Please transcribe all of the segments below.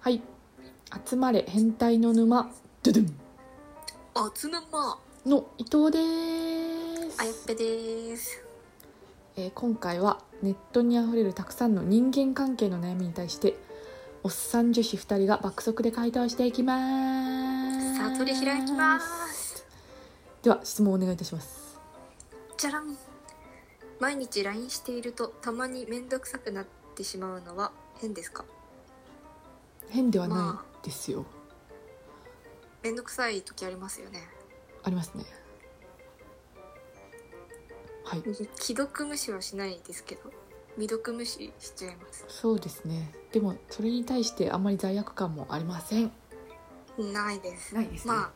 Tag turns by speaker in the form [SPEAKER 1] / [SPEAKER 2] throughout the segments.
[SPEAKER 1] はい集まれ変態の沼ドゥドゥン
[SPEAKER 2] あつぬま
[SPEAKER 1] の伊藤です
[SPEAKER 2] あやっぺです
[SPEAKER 1] えー今回はネットにあふれるたくさんの人間関係の悩みに対しておっさん女子2人が爆速で回答していきます
[SPEAKER 2] 悟り開きます
[SPEAKER 1] では質問をお願いいたします
[SPEAKER 2] じゃらん毎日 LINE しているとたまに面倒くさくなってしまうのは変ですか
[SPEAKER 1] 変ではな
[SPEAKER 2] ま
[SPEAKER 1] いですよ、
[SPEAKER 2] 面倒くさい時ありますよね
[SPEAKER 1] ありますねはい
[SPEAKER 2] 既読無視はしないですけど未読無視しちゃいます
[SPEAKER 1] そうですねでもそれに対してあんまり罪悪感もありません
[SPEAKER 2] ないです
[SPEAKER 1] ないで
[SPEAKER 2] ま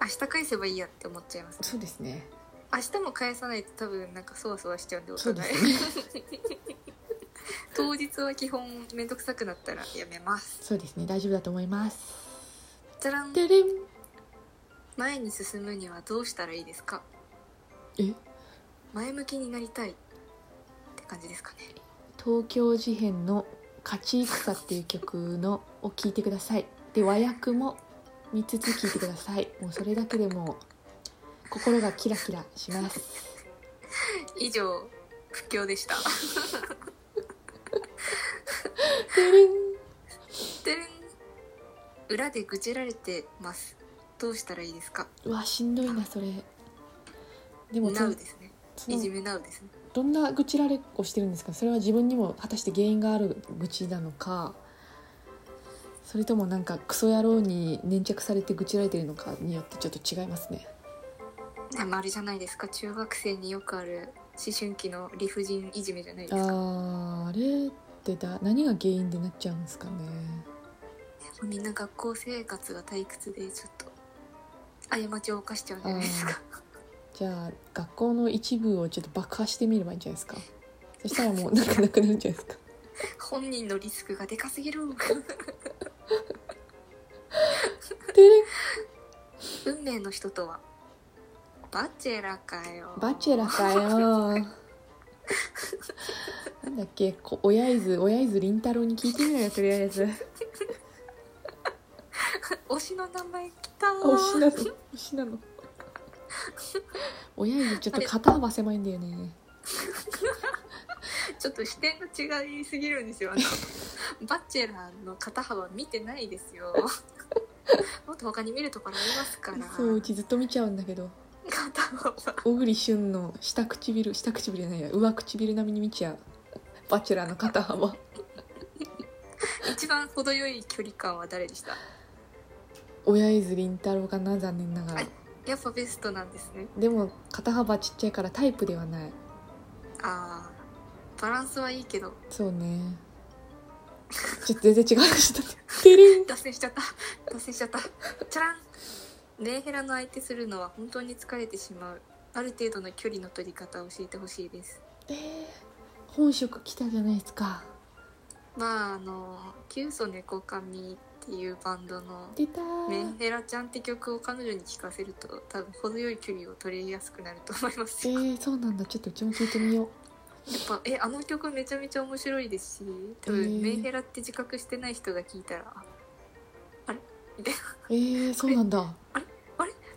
[SPEAKER 2] あ明日返せばいいやって思っちゃいます
[SPEAKER 1] そうですね
[SPEAKER 2] 明日も返さないと多分なんかそわそわしちゃうんでお
[SPEAKER 1] そうで
[SPEAKER 2] 互い、
[SPEAKER 1] すね
[SPEAKER 2] 当日は基本面倒くさくなったらやめます
[SPEAKER 1] そうですね大丈夫だと思います
[SPEAKER 2] じゃらん
[SPEAKER 1] でれん
[SPEAKER 2] 前に進むにはどうしたらいいですか
[SPEAKER 1] え
[SPEAKER 2] 前向きになりたいって感じですかね
[SPEAKER 1] 東京事変の「勝ち戦」っていう曲のを聴いてくださいで和訳も見つつ聴いてくださいもうそれだけでもう心がキラキラします
[SPEAKER 2] 以上不況でした
[SPEAKER 1] でれん
[SPEAKER 2] てれん裏で愚痴られてますどうしたらいいですか
[SPEAKER 1] うわしんどいなそれでもそ
[SPEAKER 2] な
[SPEAKER 1] の
[SPEAKER 2] うですね
[SPEAKER 1] そ
[SPEAKER 2] い
[SPEAKER 1] の
[SPEAKER 2] じめなうですね
[SPEAKER 1] どんな愚痴られっこしてるんですかそれは自分にも果たして原因がある愚痴なのかそれともなんかクソ野郎に粘着されて愚痴られてるのかによってちょっと違いますね
[SPEAKER 2] でもあれじゃないですか中学生によくある思春期の理不尽いじめじゃないで
[SPEAKER 1] あ
[SPEAKER 2] すか
[SPEAKER 1] ーあれってだ何が原因でなっちゃうんですかね
[SPEAKER 2] みんな学校生活が退屈でちょっと過ちを犯しちゃうんじゃないですか
[SPEAKER 1] じゃあ学校の一部をちょっと爆破してみればいいんじゃないですかそしたらもうなんかなくなるんじゃないですか
[SPEAKER 2] 本人のリスクがでかすぎる
[SPEAKER 1] てれん
[SPEAKER 2] 運命の人とはバチェラかよ
[SPEAKER 1] バチェラかよなんだっけこ親伊豆親伊豆凛太郎に聞いてみようよとりあえず
[SPEAKER 2] 推しの名前来た
[SPEAKER 1] 推しなの推しなの 親指ちょっと肩幅狭いんだよね
[SPEAKER 2] ちょっと視点が違いすぎるんですよあ のバチェラーの肩幅見てないですよもっと他に見るところありますから
[SPEAKER 1] そううちずっと見ちゃうんだけど
[SPEAKER 2] 肩幅
[SPEAKER 1] 小栗旬の下唇下唇じゃないや上唇並みに見ちゃうバチェラーの肩幅
[SPEAKER 2] 一番程よい距離感は誰でした
[SPEAKER 1] 親指凛太郎かな残念ながら
[SPEAKER 2] やっぱベストなんですね
[SPEAKER 1] でも肩幅ちっちゃいからタイプではない
[SPEAKER 2] あーバランスはいいけど
[SPEAKER 1] そうねちょっと全然違う話だね てれん
[SPEAKER 2] 脱線しちゃった脱線しちゃったチャランメンヘラの相手するのは本当に疲れてしまうある程度の距離の取り方を教えてほしいです
[SPEAKER 1] えー本職来たじゃないですか
[SPEAKER 2] まああの「キュウソネコカミ」っていうバンドの
[SPEAKER 1] 出た
[SPEAKER 2] 「
[SPEAKER 1] ー
[SPEAKER 2] メンヘラちゃん」って曲を彼女に聴かせると多分程よい距離を取りやすくなると思いま
[SPEAKER 1] え
[SPEAKER 2] すよや
[SPEAKER 1] ー、そうなんだちょっとうちも聞いてみよう
[SPEAKER 2] っぱえあの曲めちゃめちゃ面白いですし多
[SPEAKER 1] えー
[SPEAKER 2] 分メンヘラって自覚してない人が聴いたら「ああれ?」みたいな
[SPEAKER 1] えー、そうなんだ
[SPEAKER 2] 「あれ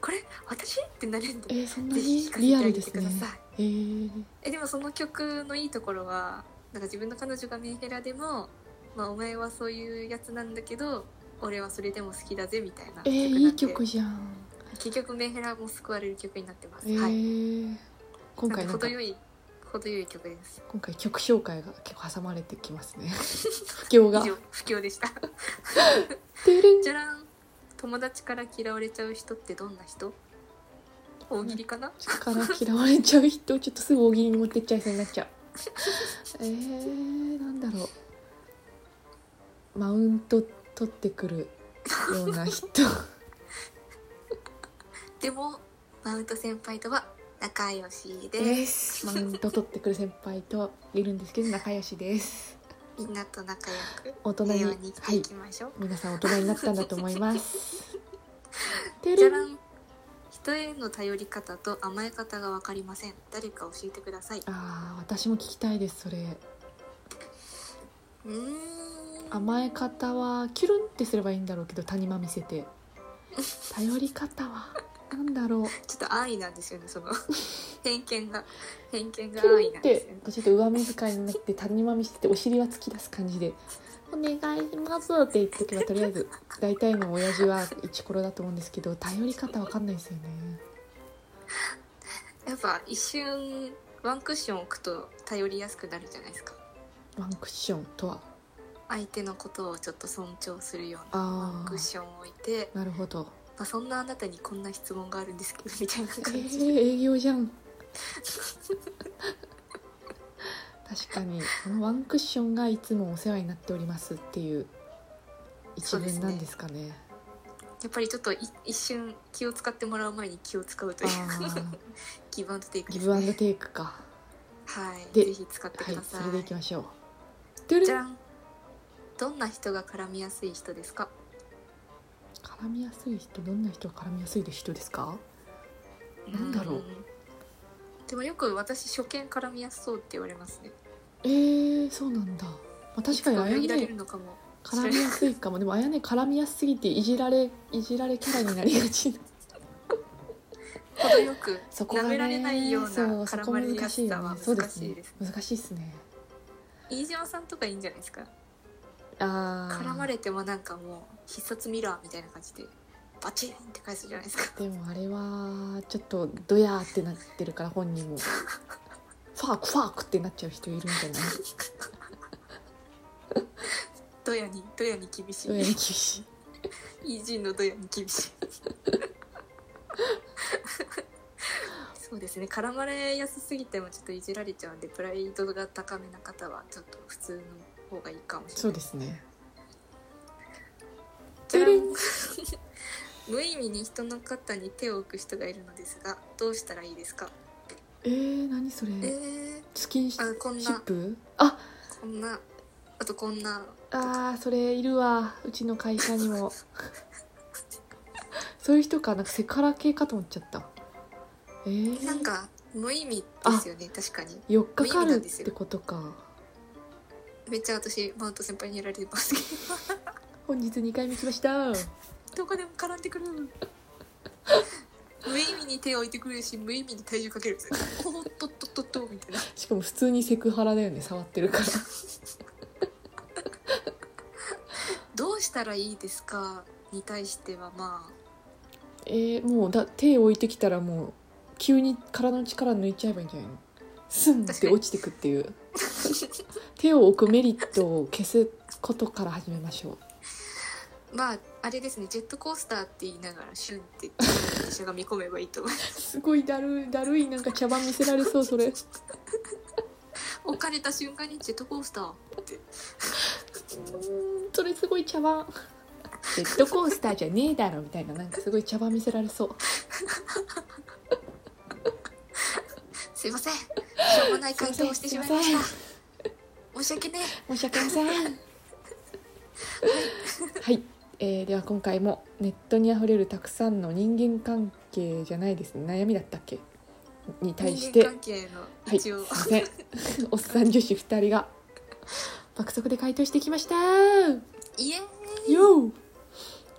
[SPEAKER 2] これ私?」ってなるん
[SPEAKER 1] え
[SPEAKER 2] で
[SPEAKER 1] ー、そんな
[SPEAKER 2] ぜひ
[SPEAKER 1] に
[SPEAKER 2] 聴かせ
[SPEAKER 1] リ
[SPEAKER 2] て
[SPEAKER 1] ア
[SPEAKER 2] あ
[SPEAKER 1] ル
[SPEAKER 2] げ
[SPEAKER 1] で
[SPEAKER 2] て
[SPEAKER 1] す
[SPEAKER 2] く
[SPEAKER 1] ね
[SPEAKER 2] ださい。
[SPEAKER 1] えー、
[SPEAKER 2] えでもその曲のいいところはなんか自分の彼女がメンヘラでも、まあ、お前はそういうやつなんだけど俺はそれでも好きだぜみたいな
[SPEAKER 1] えー、
[SPEAKER 2] なんで
[SPEAKER 1] いい曲じゃん
[SPEAKER 2] 結局メンヘラも救われる曲になってます、
[SPEAKER 1] えー
[SPEAKER 2] はい
[SPEAKER 1] 今回
[SPEAKER 2] な
[SPEAKER 1] なんん
[SPEAKER 2] で
[SPEAKER 1] か
[SPEAKER 2] 程よい程よい曲です
[SPEAKER 1] 今回曲紹介が結構挟まれてきます ね不況
[SPEAKER 2] 以
[SPEAKER 1] が
[SPEAKER 2] 上不況でした
[SPEAKER 1] てれん
[SPEAKER 2] じゃらん友達から嫌われちゃう人ってどんな人大喜利かな、
[SPEAKER 1] から嫌われちゃう人ちょっとすぐ大喜利に持ってっちゃいそうになっちゃうえー、なんだろうマウント取ってくるような人
[SPEAKER 2] でもマウント先輩とは仲良し です、
[SPEAKER 1] ですマウント取ってくる先輩といるんですけど仲良しです
[SPEAKER 2] みんなと仲良く
[SPEAKER 1] 大人
[SPEAKER 2] 平
[SPEAKER 1] に
[SPEAKER 2] 和に生きていきましょう、
[SPEAKER 1] 皆さん大人になったんだと思い ます。て
[SPEAKER 2] じ
[SPEAKER 1] れ
[SPEAKER 2] ゃ
[SPEAKER 1] ん
[SPEAKER 2] らん人への頼り方と甘え方が分かりません誰か教えてください
[SPEAKER 1] ああ、私も聞きたいです。それ。
[SPEAKER 2] うーん
[SPEAKER 1] 甘え方はキュルンってすればいいんだろうけど谷間見せて頼り方はなんだろう
[SPEAKER 2] ちょっと安易なんですよね その偏見が偏見が
[SPEAKER 1] キュ
[SPEAKER 2] 安易
[SPEAKER 1] ルン
[SPEAKER 2] な
[SPEAKER 1] っ
[SPEAKER 2] んですよ
[SPEAKER 1] て
[SPEAKER 2] ね
[SPEAKER 1] ちょっと上目遣いになって谷間見せてお尻は突き出す感じで「お願いします」って言っとけばとりあえず大体の親父は一コロだと思うんですけど頼り方わかんないですよね
[SPEAKER 2] やっぱ一瞬ワンクッション置くと頼りやすくなるじゃないですか
[SPEAKER 1] ワンクッションとは
[SPEAKER 2] 相手のことをちょっと尊重するようなワ
[SPEAKER 1] あ
[SPEAKER 2] ンクッ
[SPEAKER 1] あ
[SPEAKER 2] ションを置いて、
[SPEAKER 1] なるほど
[SPEAKER 2] まあ、そんなあなたにこんな質問があるんですけどみたいな
[SPEAKER 1] え
[SPEAKER 2] 感じで、
[SPEAKER 1] ー、営業じゃん確かにこのワンクッションがいつもお世話になっておりますっていう一文なんですかね
[SPEAKER 2] やっぱりちょっとい一瞬気を使ってもらう前に気を使うと
[SPEAKER 1] あ
[SPEAKER 2] いう
[SPEAKER 1] あ
[SPEAKER 2] ギブアンドテイク
[SPEAKER 1] ギ
[SPEAKER 2] で
[SPEAKER 1] ブ
[SPEAKER 2] す
[SPEAKER 1] アンド
[SPEAKER 2] ね
[SPEAKER 1] テイクか
[SPEAKER 2] はい
[SPEAKER 1] で
[SPEAKER 2] ぜひ使って
[SPEAKER 1] は
[SPEAKER 2] く
[SPEAKER 1] い
[SPEAKER 2] ださ
[SPEAKER 1] それ
[SPEAKER 2] い、
[SPEAKER 1] でいきましょうトゥル
[SPEAKER 2] じ
[SPEAKER 1] ン
[SPEAKER 2] ゃんどんな人が絡みやすい人ですか
[SPEAKER 1] 絡みやすい人どんな人が絡みやすいで人ですかなんだろう
[SPEAKER 2] でもよく私初見絡みやすそうって言われますね
[SPEAKER 1] えー、そうなんだ、まあ、確かにあや
[SPEAKER 2] いつ裏切られ
[SPEAKER 1] ね
[SPEAKER 2] るのかも
[SPEAKER 1] 絡みやすいかもでもあやね絡みやすすぎていじられいじられキャラになりがちな
[SPEAKER 2] 程よく
[SPEAKER 1] そこが
[SPEAKER 2] 舐
[SPEAKER 1] ね
[SPEAKER 2] められないような
[SPEAKER 1] そうそ
[SPEAKER 2] 絡
[SPEAKER 1] こ
[SPEAKER 2] ま
[SPEAKER 1] 難
[SPEAKER 2] れや
[SPEAKER 1] し
[SPEAKER 2] す
[SPEAKER 1] い
[SPEAKER 2] さ
[SPEAKER 1] よ
[SPEAKER 2] は
[SPEAKER 1] ねそうで
[SPEAKER 2] 難
[SPEAKER 1] す
[SPEAKER 2] しい
[SPEAKER 1] ね
[SPEAKER 2] です
[SPEAKER 1] 難しいですね
[SPEAKER 2] 飯島さんとかいいんじゃないですか
[SPEAKER 1] あー
[SPEAKER 2] 絡まれてもなんかもう必殺ミラーみたいな感じでバチーンって返すじゃないです か
[SPEAKER 1] でもあれはちょっとドヤーってなってるから本人 もファークファークってなっちゃう人いるんじゃない
[SPEAKER 2] ドヤにドヤに厳し
[SPEAKER 1] ドヤに
[SPEAKER 2] い
[SPEAKER 1] 厳しい
[SPEAKER 2] イージーのドヤに厳しい そうですね絡まれやすすぎてもちょっといじられちゃうんでプライドが高めな方はちょっと普通の方がいいかもしれない
[SPEAKER 1] そうですね
[SPEAKER 2] じゃ
[SPEAKER 1] て
[SPEAKER 2] ら
[SPEAKER 1] れ
[SPEAKER 2] ん
[SPEAKER 1] ん
[SPEAKER 2] 無意味に人の肩に手を置く人がいるのですがどうしたらいいですか
[SPEAKER 1] えー、何それ
[SPEAKER 2] えー、
[SPEAKER 1] スキンシ
[SPEAKER 2] あこん
[SPEAKER 1] ッ
[SPEAKER 2] な
[SPEAKER 1] プあ
[SPEAKER 2] こんなあとこんな
[SPEAKER 1] あーそれいるわうちの会社に もそういう人かなんかセカラ系かと思っちゃったえー、
[SPEAKER 2] なんか無意味ですよね確かに
[SPEAKER 1] 4日か
[SPEAKER 2] 無意味な
[SPEAKER 1] る
[SPEAKER 2] ん
[SPEAKER 1] っ
[SPEAKER 2] ですよ
[SPEAKER 1] てことか
[SPEAKER 2] めっちゃ私マウント先輩にやられてますけ
[SPEAKER 1] 本日2回目来ました
[SPEAKER 2] どどこでも絡んでくる無意味に手を置いてくれるし無意味に体重かけるんですよおっとっとっとっとみたいな
[SPEAKER 1] しかも普通にセクハラだよね触ってるから
[SPEAKER 2] どうしたらいいですかに対してはま
[SPEAKER 1] えー、もうだ手置いてきたらもう急に体の力抜いちゃえばいいんじゃないのスンって落ちてくっていう
[SPEAKER 2] あ
[SPEAKER 1] 手を置くメリットを消すことから始めましょう
[SPEAKER 2] まああれですねジェットコースターって言いながらシュンって電車が見込めばいいと思います
[SPEAKER 1] すごいだるだるいなんか茶番見せられそうそれ
[SPEAKER 2] 置かれた瞬間にジェットコースターって
[SPEAKER 1] それすごい茶 番ジェットコースターじゃねえだろみたいななんかすごい茶番見せられそう
[SPEAKER 2] すいませんしょうもない回答をしてしまいました
[SPEAKER 1] す
[SPEAKER 2] 申し訳ね
[SPEAKER 1] 申し訳ありませんはい、えーでは今回もネットにあふれるたくさんの人間関係じゃないですね悩みだったっけに
[SPEAKER 2] え
[SPEAKER 1] 対し
[SPEAKER 2] 人
[SPEAKER 1] て
[SPEAKER 2] 間関係の
[SPEAKER 1] はい、すい
[SPEAKER 2] 一応、
[SPEAKER 1] ませんおっさん女子2人が爆速で回答してきました
[SPEAKER 2] イエーイ
[SPEAKER 1] よう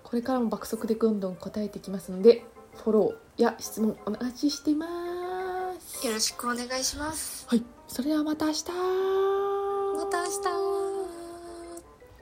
[SPEAKER 1] これからも爆速でどんどん答えてきますのでフォローや質問お待ちしてます
[SPEAKER 2] よろしくお願いします
[SPEAKER 1] はいそれではまた明日
[SPEAKER 2] また明日